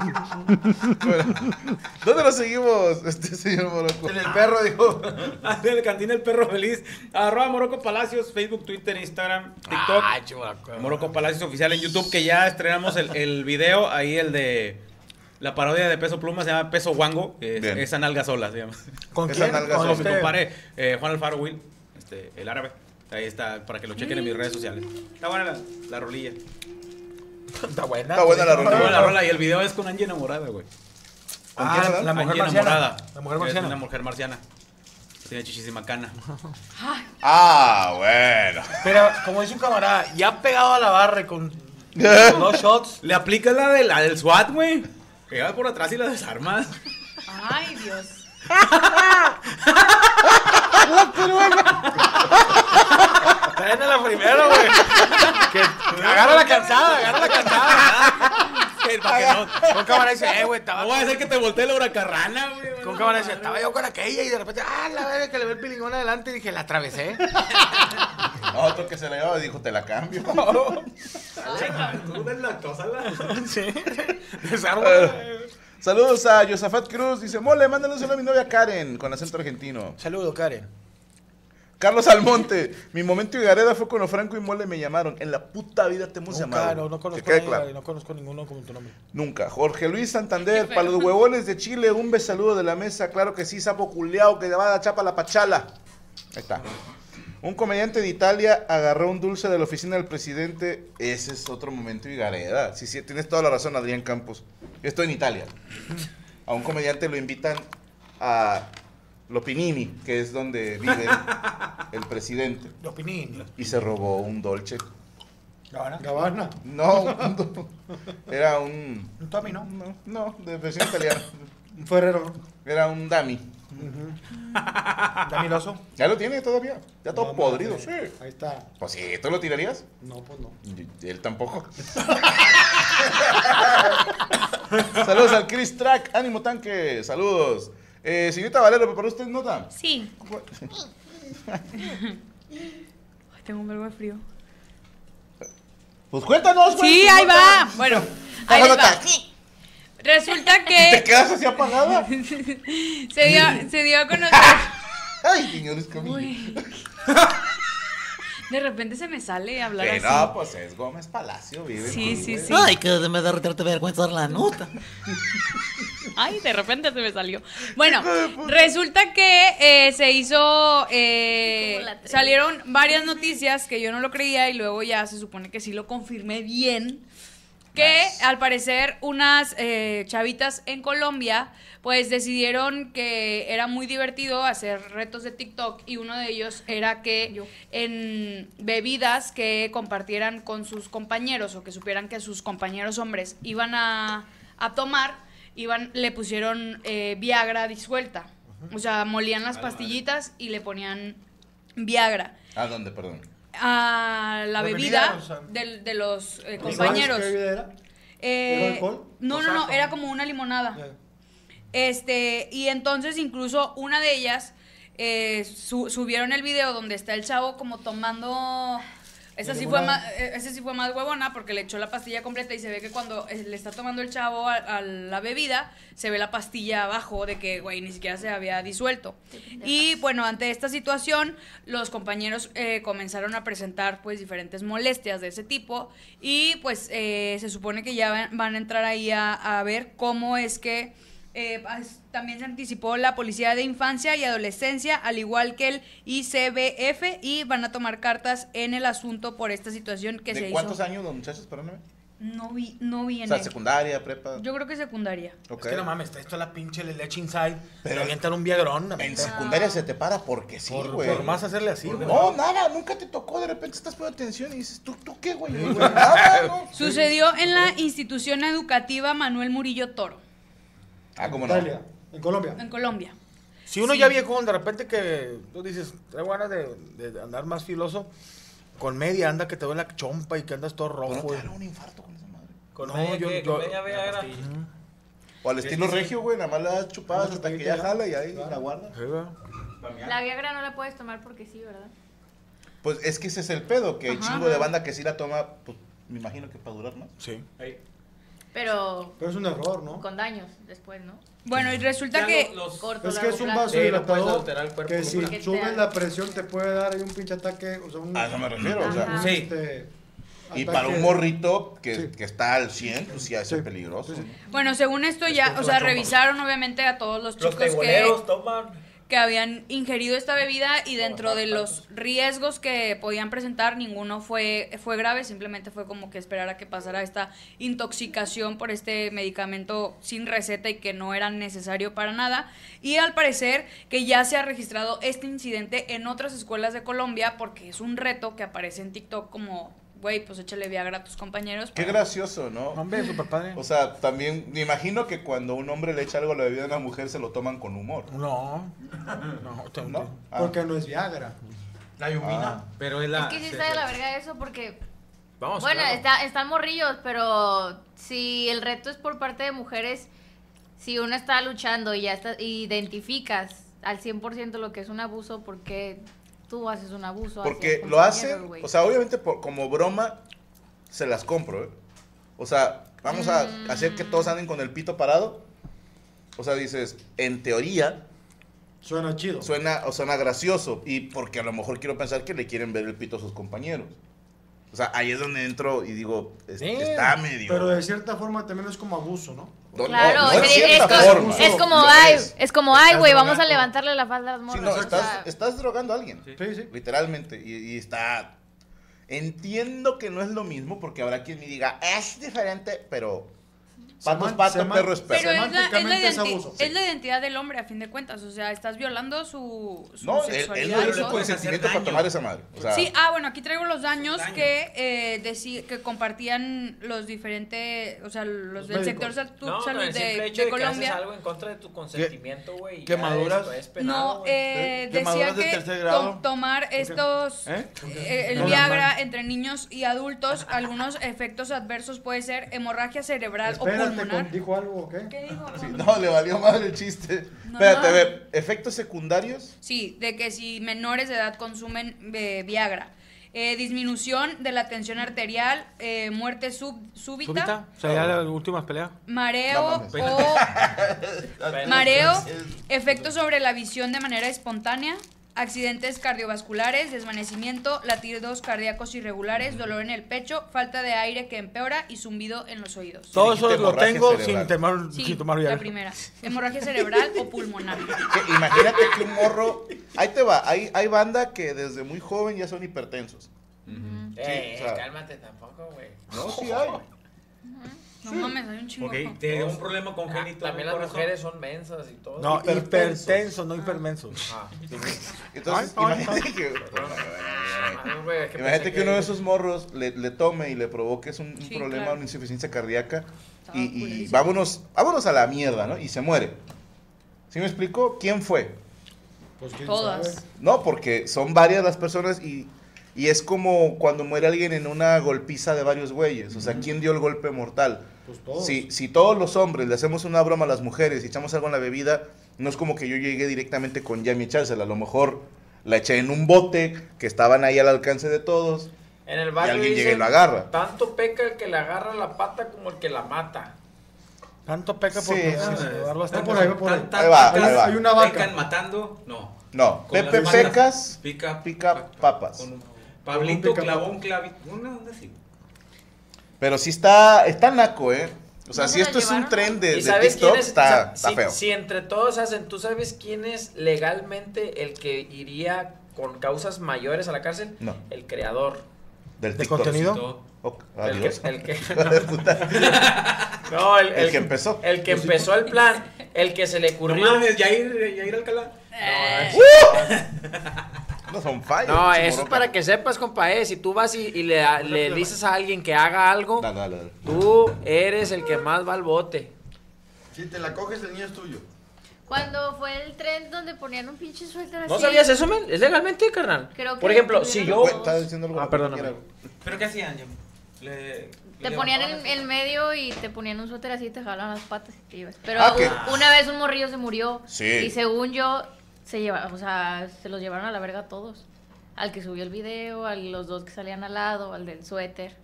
Speaker 4: Bueno, ¿Dónde lo seguimos, este señor Moroco?
Speaker 9: En el perro dijo.
Speaker 3: En el cantina El Perro Feliz. Arroba Moroco Palacios, Facebook, Twitter, Instagram, TikTok.
Speaker 1: Ay, chihuahua.
Speaker 3: Moroco Palacios Oficial en YouTube, que ya estrenamos el, el video, ahí el de la parodia de Peso Pluma, se llama Peso Wango, que es,
Speaker 4: Bien.
Speaker 3: esa nalga sola, se llama.
Speaker 1: ¿Con
Speaker 4: Esa
Speaker 1: quién?
Speaker 4: nalga
Speaker 1: Con
Speaker 4: son-
Speaker 3: Mi
Speaker 1: este-
Speaker 3: compadre, eh, Juan Alfaro Will, este, el árabe. Ahí está, para que lo chequen en mis redes sociales. Está buena la, la rolilla.
Speaker 1: Está buena.
Speaker 4: Está buena la
Speaker 3: Está buena la
Speaker 4: reunión.
Speaker 3: rola y el video es con Angie enamorada, güey.
Speaker 1: Ah,
Speaker 4: quién
Speaker 1: la-
Speaker 4: será?
Speaker 1: la mujer
Speaker 3: Angie
Speaker 1: marciana.
Speaker 3: enamorada.
Speaker 1: La mujer
Speaker 3: Es una
Speaker 1: marciana.
Speaker 3: mujer marciana. Tiene chichísima cana.
Speaker 4: Ah, bueno.
Speaker 1: Pero, como dice un camarada, ya pegado a la barra y con con dos shots.
Speaker 3: Le aplicas la, de, la del SWAT, güey. Que va por atrás y la desarmas.
Speaker 6: Ay, Dios.
Speaker 1: Traen a la primera, güey. Que agarra la cansada, agarra la cansada.
Speaker 3: Que- pa' que no-
Speaker 1: Con cámara dice, eh, güey, estaba.
Speaker 3: No voy a hacer que te voltee la huracarrana, güey.
Speaker 1: Con cámara dice, estaba yo con aquella y de repente, ah, la verga que le ve el pilingón adelante y dije, la atravesé.
Speaker 4: Otro que se la llevaba dijo, te la cambio.
Speaker 3: Tú deslactósala.
Speaker 1: Sí. Desarma.
Speaker 4: Saludos a Josafat Cruz. Dice, mole, mándale un saludo a mi novia Karen, con acento argentino.
Speaker 1: Saludo, Karen.
Speaker 4: Carlos Almonte, mi momento Gareda fue cuando Franco y Mole me llamaron. En la puta vida te hemos
Speaker 1: Nunca,
Speaker 4: llamado.
Speaker 1: no, no
Speaker 4: Que
Speaker 1: conozco a
Speaker 4: quede
Speaker 1: nadie,
Speaker 4: claro.
Speaker 1: y no conozco a ninguno como tu nombre.
Speaker 4: Nunca. Jorge Luis Santander, para los huevones de Chile, un besaludo de la mesa. Claro que sí, sapo culeado que va a la chapa a la pachala. Ahí está. Un comediante de Italia agarró un dulce de la oficina del presidente. Ese es otro momento Gareda. Sí, sí, tienes toda la razón, Adrián Campos. Yo estoy en Italia. A un comediante lo invitan a Lopinini, que es donde vive el presidente.
Speaker 1: De opinión.
Speaker 4: Y se robó un dolce.
Speaker 2: Gabarna.
Speaker 4: No, un do- era un...
Speaker 1: Un Tommy, ¿no?
Speaker 4: No, no, de versión italiana.
Speaker 2: Un Ferrero.
Speaker 4: Era un dummy.
Speaker 1: Damiloso.
Speaker 4: Ya lo tiene todavía. Ya todo
Speaker 2: No,
Speaker 4: podrido.
Speaker 2: mames.
Speaker 4: Sí.
Speaker 2: Ahí está.
Speaker 4: Pues sí, ¿tú lo tirarías?
Speaker 2: No, pues no.
Speaker 4: Y- y Él tampoco. Saludos al Chris Track, ánimo tanque. Saludos. Eh, señorita Valero, ¿preparó usted nota?
Speaker 6: Sí. Ay, tengo un verbo de frío.
Speaker 4: Pues cuéntanos, güey.
Speaker 6: Sí,
Speaker 4: tu
Speaker 6: ahí
Speaker 4: nota.
Speaker 6: va. Bueno, ahí les
Speaker 4: Toma nota.
Speaker 6: va. Eh. Resulta
Speaker 4: ¿Te
Speaker 6: que
Speaker 4: quedas así apagada?
Speaker 6: se dio, se dio a conocer.
Speaker 4: Ay, señores, que
Speaker 6: Güey. De repente se me sale hablar así.
Speaker 4: no, pues es Gómez Palacio, vive.
Speaker 6: Sí, sí, sí.
Speaker 10: Ay, que me da retarte vergüenza dar la nota.
Speaker 6: Ay, de repente se me salió. Bueno, resulta que eh, se hizo. eh,
Speaker 7: Como la tres.
Speaker 6: salieron varias noticias que yo no lo creía y luego ya se supone que sí lo confirmé bien. Que al parecer unas eh, chavitas en Colombia pues decidieron que era muy divertido hacer retos de TikTok y uno de ellos era que
Speaker 7: Yo.
Speaker 6: en bebidas que compartieran con sus compañeros o que supieran que sus compañeros hombres iban a, a tomar, iban, le pusieron eh, Viagra disuelta. O sea, molían las
Speaker 3: A la madre.
Speaker 6: pastillitas y le ponían Viagra
Speaker 4: ¿A dónde, perdón?
Speaker 6: a la
Speaker 1: La
Speaker 6: bebida
Speaker 1: bebida, o sea.
Speaker 6: del- de, los eh, compañeros.
Speaker 2: ¿Sabes ¿Qué bebida era?
Speaker 6: Eh,
Speaker 2: ¿Era alcohol?
Speaker 6: no, no, no, era como una limonada.
Speaker 2: Eh,
Speaker 6: Este, y entonces incluso una de ellas eh, su- subieron el video donde está el chavo como tomando. Esa
Speaker 2: La
Speaker 6: sí, fue
Speaker 2: limonada.
Speaker 6: más, eh, esa sí fue más huevona porque le echó la pastilla completa y se ve que cuando eh, le está tomando el chavo a, a la bebida, se ve la pastilla abajo de que, güey, ni siquiera se había disuelto. Y bueno, ante esta situación, los compañeros eh, comenzaron a presentar pues diferentes molestias de ese tipo y pues eh, se supone que ya van, van a entrar ahí a, a ver cómo es que eh, as- también se anticipó la Policía de Infancia y Adolescencia, al igual que el ICBF, y van a tomar cartas en el asunto por esta situación que
Speaker 4: ¿De
Speaker 6: se
Speaker 4: cuántos
Speaker 6: hizo.
Speaker 4: años los muchachos? Perdóname.
Speaker 6: No vi, no
Speaker 4: O
Speaker 6: viene.
Speaker 4: sea, secundaria, prepa.
Speaker 6: Yo creo que secundaria.
Speaker 4: Ok.
Speaker 1: Es que no mames, está esto la pinche le leche inside.
Speaker 4: Pero-
Speaker 1: Pero avientan un viadrón. la
Speaker 4: En
Speaker 1: neta.
Speaker 4: secundaria se te para porque sí,
Speaker 1: por,
Speaker 4: güey.
Speaker 1: por más hacerle así, güey.
Speaker 4: No, nada, nunca te tocó. De repente estás poniendo atención y dices, ¿tú, tú qué, güey? Güey, nada, ¿no?
Speaker 6: Sucedió en la institución educativa Manuel Murillo Toro,
Speaker 4: Ah, ¿cómo no?
Speaker 2: Italia, en Colombia.
Speaker 6: en Colombia.
Speaker 1: Si uno
Speaker 6: Sí.
Speaker 1: ya viejo, de repente que tú dices, traigo ganas de, de andar más filoso, con media anda que te duele la chompa y que andas todo
Speaker 4: ¿Por no
Speaker 1: rojo.
Speaker 4: te
Speaker 1: güey.
Speaker 4: dará un infarto con esa madre?
Speaker 5: Con
Speaker 1: No,
Speaker 5: media
Speaker 1: yo-
Speaker 5: que-
Speaker 1: yo-
Speaker 5: con media Viagra.
Speaker 4: O al estilo regio, güey, nada más la das chupadas hasta que ya jala y ahí la guarda.
Speaker 1: Sí, güey.
Speaker 7: La Viagra no la puedes tomar porque sí, ¿verdad?
Speaker 4: Pues es que ese es el pedo, que hay
Speaker 6: Ajá.
Speaker 4: chingo de banda que sí la toma, pues me imagino que para durar más.
Speaker 1: Sí.
Speaker 7: Pero
Speaker 2: Pero es un error, ¿no?
Speaker 7: con daños después, ¿no?
Speaker 6: Bueno, y resulta
Speaker 3: Ya
Speaker 6: que
Speaker 3: lo- los-
Speaker 7: Corto,
Speaker 2: Es que
Speaker 7: largo
Speaker 2: es un
Speaker 7: plazo.
Speaker 2: vaso
Speaker 5: Sí, no puedes
Speaker 2: dilatador
Speaker 5: alterar el cuerpo.
Speaker 2: que si
Speaker 7: Porque te
Speaker 2: subes
Speaker 7: hace-
Speaker 2: la presión te puede dar ahí un pinche ataque, o sea, un...
Speaker 4: A eso me refiero, o
Speaker 7: Ajá.
Speaker 4: sea.
Speaker 2: un,
Speaker 3: Sí.
Speaker 2: este,
Speaker 4: Y
Speaker 2: ataque-
Speaker 4: para un morrito que,
Speaker 2: Sí.
Speaker 4: que está al 100, pues sí, hace
Speaker 2: Sí.
Speaker 4: peligroso. ¿no?
Speaker 6: Bueno, según esto ya, o sea, revisaron obviamente a todos los
Speaker 5: Los
Speaker 6: chicos que,
Speaker 5: teiboleros toman.
Speaker 6: que habían ingerido esta bebida y dentro de los riesgos que podían presentar, ninguno fue, fue grave, simplemente fue como que esperar a que pasara esta intoxicación por este medicamento sin receta y que no era necesario para nada. Y al parecer que ya se ha registrado este incidente en otras escuelas de Colombia porque es un reto que aparece en TikTok como, güey, pues échale Viagra a tus compañeros.
Speaker 4: Qué gracioso, ¿no?
Speaker 1: Hombre, super padre.
Speaker 4: O sea, también me imagino que cuando un hombre le echa algo a la bebida a una mujer se lo toman con humor,
Speaker 1: No. No, te-
Speaker 4: ¿no? Ah.
Speaker 2: Porque no es Viagra.
Speaker 3: La yumina.
Speaker 4: Ah.
Speaker 3: Pero es la.
Speaker 7: Es que sí está de la verga eso porque
Speaker 1: Vamos.
Speaker 7: Bueno,
Speaker 1: claro.
Speaker 7: está, están morrillos, pero si el reto es por parte de mujeres, si uno está luchando y ya está, y identificas al 100% lo que es un abuso, ¿por qué tú haces un abuso? hacia
Speaker 4: Porque
Speaker 7: tus
Speaker 4: lo hace,
Speaker 7: compañeros, güey?
Speaker 4: o sea, obviamente por- como broma se las compro, ¿eh? O sea, vamos a hacer que todos anden con el pito parado. O sea, dices, en teoría
Speaker 2: Suena chido.
Speaker 4: suena, o suena gracioso y porque a lo mejor quiero pensar que le quieren ver el pito a sus compañeros. O sea, ahí es donde entro y digo, es-
Speaker 1: Sí,
Speaker 4: está medio.
Speaker 2: Pero de cierta forma también es como abuso, ¿no?
Speaker 4: No, no,
Speaker 7: claro,
Speaker 4: no
Speaker 7: es,
Speaker 4: de
Speaker 7: es
Speaker 4: cierta
Speaker 7: co-
Speaker 4: forma.
Speaker 7: es como,
Speaker 4: Lo
Speaker 7: ay,
Speaker 4: es.
Speaker 7: es. como, ay, güey,
Speaker 2: drogando.
Speaker 7: vamos a levantarle la falda a las
Speaker 4: Sí,
Speaker 7: morras.
Speaker 4: no,
Speaker 7: o sea,
Speaker 4: estás, estás drogando a alguien.
Speaker 2: Sí, sí.
Speaker 4: Literalmente. Y, y está. Entiendo que no es lo mismo porque habrá quien me diga, es diferente, pero. Pato es
Speaker 2: man-
Speaker 4: pato,
Speaker 2: se man-
Speaker 4: perro es perro.
Speaker 6: Pero es la, es, la
Speaker 2: Semánticamente es
Speaker 6: identi-
Speaker 2: abuso.
Speaker 6: es la identidad del hombre, a fin de cuentas. O sea, estás violando su, su
Speaker 4: no, él, él
Speaker 6: sexualidad.
Speaker 4: no dio
Speaker 6: ¿no?
Speaker 4: su consentimiento
Speaker 3: Hacer
Speaker 4: para tomar esa madre. O sea,
Speaker 6: Sí, ah, bueno, aquí traigo los daños
Speaker 3: Daño.
Speaker 6: que eh, deci- que compartían los diferentes, o sea, los,
Speaker 2: Los
Speaker 6: del
Speaker 2: médicos.
Speaker 6: sector sal- tu-
Speaker 5: No,
Speaker 6: salud
Speaker 5: el simple
Speaker 6: de,
Speaker 5: hecho
Speaker 6: de
Speaker 5: de, que haces
Speaker 6: Colombia.
Speaker 5: algo en contra de tu consentimiento, güey. ya
Speaker 8: quemaduras?
Speaker 5: esto es penado,
Speaker 6: No,
Speaker 5: güey.
Speaker 6: eh,
Speaker 8: ¿Qué?
Speaker 6: decía
Speaker 8: ¿Quemaduras de
Speaker 6: que
Speaker 8: tercer grado?
Speaker 6: to- tomar estos,
Speaker 8: ¿Eh?
Speaker 6: eh, el
Speaker 2: No, la
Speaker 6: Viagra
Speaker 2: mano.
Speaker 6: entre niños y adultos, algunos efectos adversos puede ser hemorragia cerebral o
Speaker 2: Espérate,
Speaker 6: pulmonar.
Speaker 2: con- ¿dijo algo o qué?
Speaker 6: ¿Qué dijo?
Speaker 4: sí, no, le valió mal el chiste.
Speaker 6: No.
Speaker 4: Espérate, a ver, efectos secundarios.
Speaker 6: Sí, de que si menores de edad consumen eh, Viagra. Eh, disminución de la tensión arterial, eh, muerte sub- súbita,
Speaker 1: ¿Súbita? O sea, ya las últimas peleas.
Speaker 4: No
Speaker 6: mareo
Speaker 4: mames.
Speaker 6: o
Speaker 5: Pero-
Speaker 6: mareo, efectos sobre la visión de manera espontánea, accidentes cardiovasculares, desvanecimiento, latidos cardíacos irregulares, dolor en el pecho, falta de aire que empeora y zumbido en los oídos.
Speaker 1: Todo
Speaker 4: dijiste
Speaker 1: eso lo
Speaker 4: hemorragia
Speaker 1: tengo
Speaker 4: cerebral.
Speaker 1: sin, temar,
Speaker 6: Sí,
Speaker 1: sin tomar
Speaker 6: la
Speaker 1: Viagra.
Speaker 6: primera. Hemorragia cerebral o pulmonar.
Speaker 4: Que imagínate que un morro. Ahí te va, hay, hay banda que desde muy joven ya son hipertensos.
Speaker 5: Eh,
Speaker 4: Sí, o sea-
Speaker 5: cálmate tampoco, güey.
Speaker 4: No, sí hay.
Speaker 6: No mames, hay un chingo.
Speaker 3: Ok, te dio un problema congénito.
Speaker 5: Ah, También
Speaker 3: del
Speaker 5: las
Speaker 3: corazón.
Speaker 5: mujeres son mensas y todo.
Speaker 1: No,
Speaker 4: Hipertensos.
Speaker 1: hipertenso, no hipermenso.
Speaker 5: Ah,
Speaker 4: Entonces,
Speaker 1: Ay, ay,
Speaker 4: imagínate que.
Speaker 5: no, güey, es que
Speaker 4: Imagínate
Speaker 5: pensé
Speaker 4: que uno de esos morros le, le tome y le provoques un, un
Speaker 6: Sí,
Speaker 4: problema,
Speaker 6: claro.
Speaker 4: una insuficiencia cardíaca y, y
Speaker 6: culerísimo.
Speaker 4: vámonos, vámonos a la mierda, ¿no? Y se muere. ¿Sí me explico? ¿Quién fue?
Speaker 2: Pues quién
Speaker 6: Todas.
Speaker 2: sabe.
Speaker 4: No, porque son varias las personas y, y es como cuando muere alguien en una golpiza de varios güeyes. O sea, ¿quién dio el golpe mortal?
Speaker 2: Pues todos.
Speaker 4: Si, si todos los hombres le hacemos una broma a las mujeres y echamos algo en la bebida, no es como que yo llegué directamente con Yami echársela. A lo mejor la eché en un bote que estaban ahí al alcance de todos.
Speaker 5: En el barrio
Speaker 4: alguien llega y
Speaker 5: dicen,
Speaker 4: lo agarra.
Speaker 5: Tanto peca el que le agarra la pata como el que la mata.
Speaker 1: Tanto peca por
Speaker 4: Sí,
Speaker 1: sí,
Speaker 4: sí,
Speaker 1: llevar
Speaker 2: Está
Speaker 1: bastante.
Speaker 2: por ahí, va por ahí.
Speaker 3: Tan- tan-
Speaker 4: Ahí va,
Speaker 3: tan-
Speaker 4: ahí va.
Speaker 2: Hay una vaca.
Speaker 3: Pecan matando. No.
Speaker 4: No,
Speaker 3: Con
Speaker 4: Pepe
Speaker 3: las manos.
Speaker 4: Pecas
Speaker 3: Pica,
Speaker 4: pica papas.
Speaker 3: Con un-
Speaker 2: Con
Speaker 3: Pablito
Speaker 2: un pica
Speaker 3: clavó
Speaker 2: papas.
Speaker 3: un clavito. Una onda así.
Speaker 4: Pero sí está, está naco, ¿eh? O sea,
Speaker 7: ¿No
Speaker 4: si
Speaker 7: se
Speaker 4: esto
Speaker 7: la
Speaker 4: es un
Speaker 7: llevaron?
Speaker 4: tren de,
Speaker 5: ¿Y
Speaker 4: de
Speaker 5: sabes
Speaker 4: TikTok,
Speaker 5: quién es?
Speaker 4: está,
Speaker 5: O sea,
Speaker 4: está
Speaker 5: si,
Speaker 4: feo.
Speaker 5: si entre todos hacen, ¿tú sabes quién es legalmente el que iría con causas mayores a la cárcel?
Speaker 4: No.
Speaker 5: El creador.
Speaker 4: Del
Speaker 1: ¿De
Speaker 4: TikTok.
Speaker 1: contenido?
Speaker 4: Ok,
Speaker 5: El que,
Speaker 4: adiós.
Speaker 5: el que-
Speaker 4: Puta.
Speaker 5: no, el,
Speaker 4: El que empezó.
Speaker 5: El que empezó el plan. El que se le
Speaker 3: No
Speaker 5: ocurrió.
Speaker 3: mames, Yair, Yair Alcalá.
Speaker 6: Eh,
Speaker 4: No son fallos.
Speaker 5: No,
Speaker 4: pinche
Speaker 5: eso es
Speaker 4: moroca.
Speaker 5: para que sepas, compa. eh, Si tú vas y, y le, le dices a alguien que haga algo,
Speaker 4: Dale, dale, dale.
Speaker 5: tú eres el que más va al bote.
Speaker 8: Si te la coges, el niño es tuyo.
Speaker 7: Cuando fue el tren donde ponían un pinche
Speaker 6: Ah,
Speaker 7: suéter así.
Speaker 5: ¿No sabías eso, men? ¿Es legalmente, carnal?
Speaker 7: Creo que
Speaker 5: Por ejemplo, si
Speaker 7: tuvieron
Speaker 5: yo...
Speaker 4: Güey, estaba diciendo algo.
Speaker 5: Ah,
Speaker 4: lo que
Speaker 5: perdóname.
Speaker 4: quiera, güey.
Speaker 3: ¿Pero qué hacían, Jim? Le-
Speaker 7: Te
Speaker 3: le
Speaker 7: ponían
Speaker 3: levantaban
Speaker 7: en el medio y te ponían un suéter así y te jalaban las patas y te ibas. Pero
Speaker 4: Ah, ¿qué?
Speaker 7: u- una vez un morrillo se murió
Speaker 4: Sí.
Speaker 7: y según yo se llevaron, o sea, se los llevaron a la verga a todos. Al que subió el video, a los dos que salían al lado, al del suéter.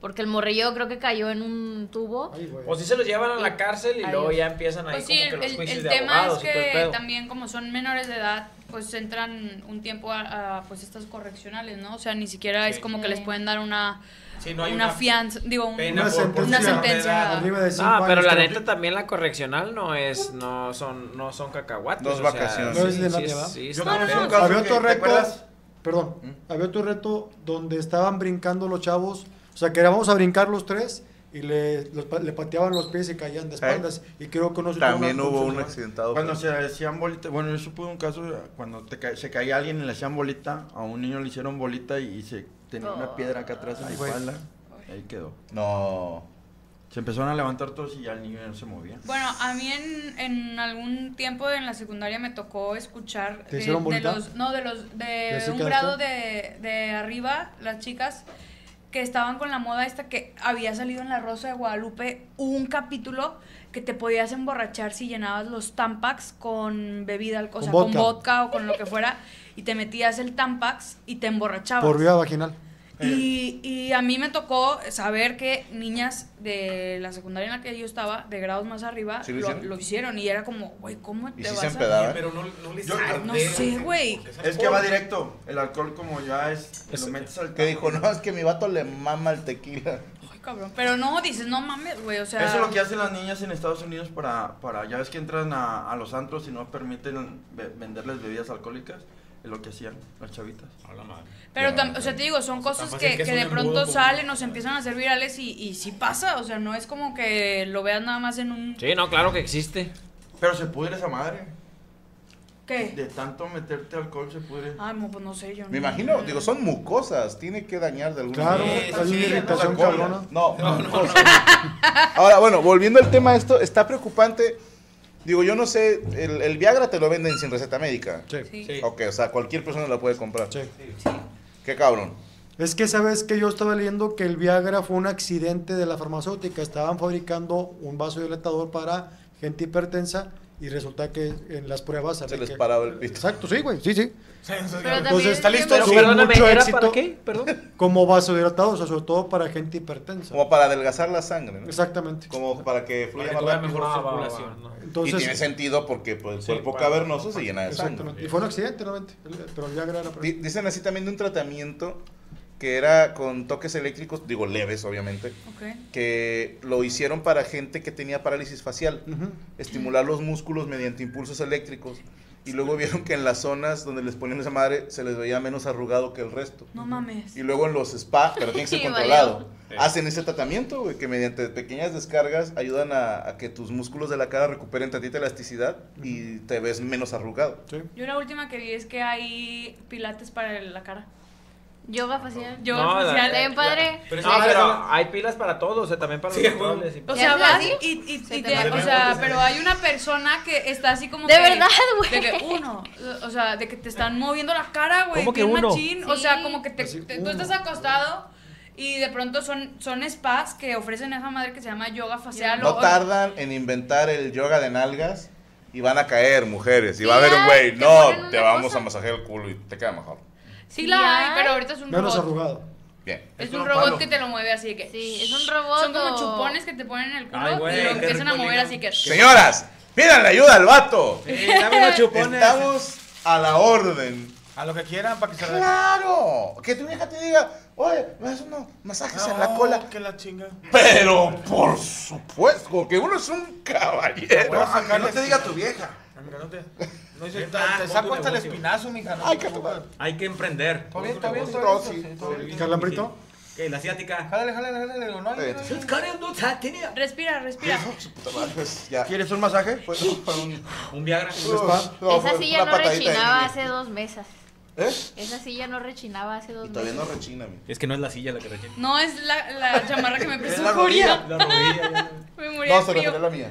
Speaker 7: Porque el morrillo creo que cayó en un tubo.
Speaker 2: Ay, güey.
Speaker 5: O si se los llevan a la cárcel y
Speaker 7: Adiós.
Speaker 5: luego ya empiezan ahí
Speaker 6: Pues sí,
Speaker 5: como
Speaker 6: el,
Speaker 5: que los
Speaker 6: el-
Speaker 5: juicios
Speaker 6: el
Speaker 5: de
Speaker 6: tema es
Speaker 5: abogados y todo el
Speaker 6: que
Speaker 5: pedo.
Speaker 6: también como son menores de edad, pues entran un tiempo a, a, pues estas correccionales, ¿no? O sea, ni siquiera es
Speaker 3: Sí.
Speaker 6: como que les pueden dar una,
Speaker 3: Sí, no hay
Speaker 6: una,
Speaker 3: una
Speaker 6: fianza, digo, un-
Speaker 3: pena
Speaker 2: Una
Speaker 3: por- por
Speaker 6: una
Speaker 2: sentencia.
Speaker 6: sentencia.
Speaker 2: Arriba de cinco
Speaker 5: Ah, pero
Speaker 2: años,
Speaker 5: la
Speaker 2: creo.
Speaker 5: neta también la correccional no es, no son, no son cacahuates.
Speaker 4: No es
Speaker 5: o sea,
Speaker 4: vacaciones.
Speaker 2: No es de
Speaker 5: sí,
Speaker 2: nadie,
Speaker 5: sí,
Speaker 2: ¿va?
Speaker 5: sí,
Speaker 1: Yo
Speaker 5: está
Speaker 1: conozco
Speaker 5: feo.
Speaker 1: un caso
Speaker 2: Había
Speaker 1: que,
Speaker 2: otro
Speaker 1: ¿te
Speaker 2: reto,
Speaker 1: acuerdas?
Speaker 2: perdón, había otro reto donde estaban brincando los chavos, o sea, que íbamos a brincar los tres y le, los pa- le pateaban los pies y caían de espaldas. Y creo que no se
Speaker 4: También
Speaker 2: tuvo
Speaker 4: hubo
Speaker 2: una-
Speaker 4: un accidentado.
Speaker 8: Cuando
Speaker 4: pero-
Speaker 8: se hacían bolita, bueno, yo supe un caso, cuando te ca- se caía alguien y le hacían bolita, a un niño le hicieron bolita y, y se tenía una piedra acá atrás en la
Speaker 2: Ay, güey.
Speaker 8: espalda. Ahí quedó.
Speaker 4: No.
Speaker 8: Se empezaron a levantar todos y ya el niño ya no se movía.
Speaker 6: Bueno, a mí en, en algún tiempo en la secundaria me tocó escuchar
Speaker 2: ¿Te
Speaker 6: de-
Speaker 2: hicieron
Speaker 6: de,
Speaker 2: bolita?
Speaker 6: los no de los de
Speaker 2: ¿Jessica
Speaker 6: un grado
Speaker 2: esto?
Speaker 6: de, de arriba las chicas que estaban con la moda esta que había salido en La Rosa de Guadalupe un capítulo que te podías emborrachar si llenabas los Tampax con bebida, alco- o sea,
Speaker 2: Con
Speaker 6: con
Speaker 2: vodka.
Speaker 6: vodka o con lo que fuera y te metías el Tampax y te emborrachabas.
Speaker 2: Por vía vaginal.
Speaker 4: Eh.
Speaker 6: Y, y a mí me tocó saber que niñas de la secundaria en la que yo estaba, de grados más arriba,
Speaker 4: ¿Sí lo
Speaker 6: lo,
Speaker 4: hicieron?
Speaker 6: lo hicieron. Y era como, güey, ¿cómo
Speaker 4: ¿Y
Speaker 6: te
Speaker 4: si
Speaker 6: vas
Speaker 4: se ¿eh?
Speaker 6: a-
Speaker 4: empedaban?
Speaker 3: Pero no, no les
Speaker 8: Yo-
Speaker 6: No sé, güey.
Speaker 8: Es que va directo. El alcohol como ya es,
Speaker 5: Es-
Speaker 8: lo metes al
Speaker 4: Que dijo, no, es que mi vato le mama el tequila.
Speaker 6: Ay, cabrón. Pero no, dices, no mames, güey. O sea,
Speaker 8: Eso es lo que hacen las niñas en Estados Unidos para, para ya ves que entran a, a los antros y no permiten ve- venderles bebidas alcohólicas. Es lo que hacían las chavitas.
Speaker 6: pero,
Speaker 4: Ya,
Speaker 6: tam-
Speaker 4: ya.
Speaker 6: o sea, te digo, son
Speaker 3: O sea,
Speaker 6: cosas
Speaker 3: tampoco
Speaker 6: que,
Speaker 3: es que es
Speaker 6: que
Speaker 3: un
Speaker 6: de
Speaker 3: embudo
Speaker 6: pronto
Speaker 3: como-
Speaker 6: salen, nos empiezan a hacer virales y, y sí pasa. O sea, no es como que lo veas nada más en un...
Speaker 5: Sí, no, claro que existe.
Speaker 8: Pero se pudre esa madre.
Speaker 6: ¿Qué?
Speaker 8: De tanto meterte alcohol se pudre.
Speaker 7: Ah,
Speaker 6: Ay, mo, pues no sé, yo
Speaker 4: Me
Speaker 6: no-
Speaker 4: imagino, digo, son mucosas. Tiene que dañar de alguna
Speaker 2: Claro,
Speaker 4: manera.
Speaker 3: sí,
Speaker 2: hay
Speaker 3: sí,
Speaker 2: una irritación
Speaker 4: Alcohol.
Speaker 2: cabrona.
Speaker 4: No, mucosas. Ahora, bueno, volviendo al tema de esto, está preocupante. Digo, yo no sé, el, el Viagra te lo venden sin receta médica.
Speaker 2: Sí.
Speaker 6: Sí.
Speaker 3: Sí.
Speaker 4: Ok, o sea, cualquier persona lo puede comprar.
Speaker 2: sí.
Speaker 4: Qué cabrón.
Speaker 2: Es que sabes que yo estaba leyendo que el Viagra fue un accidente de la farmacéutica. Estaban fabricando un vaso dilatador para gente hipertensa y resulta que en las pruebas
Speaker 4: Se
Speaker 2: sale
Speaker 4: les
Speaker 2: que-
Speaker 4: paraba el pito.
Speaker 2: Exacto, sí, güey, sí, sí.
Speaker 7: Pero también
Speaker 2: Entonces, pues ¿está listo?
Speaker 5: Pero
Speaker 2: Sí,
Speaker 5: perdóname,
Speaker 2: mucho
Speaker 5: ¿era
Speaker 2: éxito.
Speaker 5: para qué? Perdón.
Speaker 2: Como vasodilatador, o sea, sobre todo para gente hipertensa.
Speaker 4: Como para adelgazar la sangre, ¿no?
Speaker 2: Exactamente.
Speaker 4: Como para que
Speaker 3: Para
Speaker 4: fluya
Speaker 3: que
Speaker 4: más
Speaker 3: tuviera
Speaker 4: rápido.
Speaker 3: mejor
Speaker 5: Ah, va, va, va.
Speaker 3: circulación. ¿no?
Speaker 4: Y
Speaker 2: Entonces,
Speaker 4: tiene sentido porque pues, el
Speaker 5: Sí,
Speaker 4: cuerpo
Speaker 5: bueno.
Speaker 4: cavernoso se llena de sangre.
Speaker 2: Exactamente. Y fue un accidente, realmente. Pero el Viagra era para-
Speaker 4: Di- Dicen así también de un tratamiento que era con toques eléctricos, digo leves obviamente,
Speaker 6: Ok.
Speaker 4: que lo hicieron para gente que tenía parálisis facial,
Speaker 2: Ujú.
Speaker 4: estimular los músculos mediante impulsos eléctricos. Y luego vieron que en las zonas donde les ponían esa madre se les veía menos arrugado que el resto.
Speaker 6: No mames.
Speaker 4: Y luego en los spa, pero tiene que ser
Speaker 7: Y valió.
Speaker 4: controlado.
Speaker 3: Sí.
Speaker 4: Hacen ese tratamiento, güey, que mediante pequeñas descargas ayudan a, a que tus músculos de la cara recuperen tantita elasticidad y te ves menos arrugado.
Speaker 2: Sí.
Speaker 6: Yo la última que vi es que hay pilates para la cara.
Speaker 7: Yoga facial.
Speaker 6: Yo,
Speaker 5: No, la-
Speaker 6: facial.
Speaker 7: Bien padre.
Speaker 3: Pero
Speaker 5: No,
Speaker 3: es-
Speaker 5: pero hay pilas para todos, o sea, también para los
Speaker 3: Sí,
Speaker 5: controles y-
Speaker 6: O
Speaker 7: ¿Ya
Speaker 6: sea,
Speaker 7: hablas
Speaker 6: vas
Speaker 7: así?
Speaker 6: y, y-
Speaker 7: Se
Speaker 6: y
Speaker 7: te
Speaker 6: te-
Speaker 7: va.
Speaker 6: o sea, pero hay una persona que está así como
Speaker 7: De
Speaker 6: que-
Speaker 7: verdad, güey.
Speaker 6: De que uno, o sea, de que te están moviendo la cara, güey,
Speaker 5: ¿Cómo que
Speaker 6: bien
Speaker 5: uno?
Speaker 6: machín, o
Speaker 7: Sí.
Speaker 6: sea, como que te,
Speaker 2: Así,
Speaker 6: te- tú
Speaker 2: uno.
Speaker 6: estás acostado y de pronto son son spas que ofrecen esa madre que se llama yoga facial
Speaker 4: No
Speaker 6: o-
Speaker 4: tardan en inventar el yoga de nalgas y van a caer mujeres. Y va a haber
Speaker 7: Sí,
Speaker 4: un güey,
Speaker 7: te ponen
Speaker 4: no,
Speaker 7: una
Speaker 4: te vamos
Speaker 7: cosa".
Speaker 4: a masajear el culo y te queda mejor.
Speaker 6: Sí la hay,
Speaker 7: Sí,
Speaker 6: pero ahorita es un
Speaker 2: Menos
Speaker 6: robot.
Speaker 2: arrugado.
Speaker 4: Bien.
Speaker 6: Es
Speaker 8: Es
Speaker 6: un
Speaker 8: un
Speaker 6: robot
Speaker 8: palo.
Speaker 6: que te lo mueve así de que
Speaker 7: Sí, es un robot.
Speaker 6: son como
Speaker 7: o-
Speaker 6: chupones que te ponen en el culo
Speaker 3: Ay, güey,
Speaker 6: y lo
Speaker 3: qué
Speaker 6: empiezan a
Speaker 3: rico,
Speaker 6: mover
Speaker 3: Lina.
Speaker 6: así que
Speaker 4: Señoras, pídanle ayuda al vato.
Speaker 3: Sí, Eh, dame unos chupones.
Speaker 4: Estamos a la orden.
Speaker 1: A lo que quieran para que se la...
Speaker 4: Claro, que tu vieja te diga, oye, me das unos masajes en la
Speaker 1: No,
Speaker 4: cola.
Speaker 1: Que la chinga.
Speaker 4: Pero por supuesto que uno es un caballero.
Speaker 1: Vamos a sacar
Speaker 8: no
Speaker 1: la
Speaker 8: te diga tu vieja.
Speaker 1: Amiga, no te- no dice,
Speaker 3: Ven,
Speaker 1: "Ta-
Speaker 3: ah,
Speaker 1: te,
Speaker 3: pon
Speaker 1: saco
Speaker 3: tu
Speaker 1: hasta el
Speaker 3: negocio".
Speaker 1: espinazo, mija. no
Speaker 4: Ay,
Speaker 1: te
Speaker 4: que tu
Speaker 1: preocupes.
Speaker 4: madre.
Speaker 3: Hay que emprender.
Speaker 1: Está bien, está bien,
Speaker 4: Todo
Speaker 1: todo eso,
Speaker 4: sí,
Speaker 1: sí,
Speaker 4: todo
Speaker 1: todo
Speaker 4: bien.
Speaker 1: bien.
Speaker 2: ¿Calambrito?
Speaker 3: que la asiática.
Speaker 1: Jálale, jálale, jálale. le digo, no,
Speaker 4: Eh,
Speaker 1: no, no.
Speaker 3: "It's kind of not happening".
Speaker 6: Respira, respira.
Speaker 4: Su puta madre, pues, ya.
Speaker 8: ¿Quieres un masaje?
Speaker 4: Fue- fue un-
Speaker 3: Un Viagra.
Speaker 4: No,
Speaker 7: Esa
Speaker 4: fue
Speaker 7: silla
Speaker 4: una
Speaker 7: no
Speaker 4: patadita de
Speaker 7: rechinaba
Speaker 4: niño.
Speaker 7: hace dos mesas.
Speaker 4: ¿Eh?
Speaker 7: Esa silla no rechinaba hace dos
Speaker 4: Y todavía no
Speaker 7: meses.
Speaker 4: rechina, mi.
Speaker 3: Es que no es la silla la que rechina.
Speaker 6: No, es la, la chamarra que me prestó
Speaker 8: la
Speaker 6: Julia.
Speaker 3: La rodilla. ya no-
Speaker 6: Me moría
Speaker 4: No,
Speaker 6: de
Speaker 4: se
Speaker 6: frío.
Speaker 4: refiere a la mía.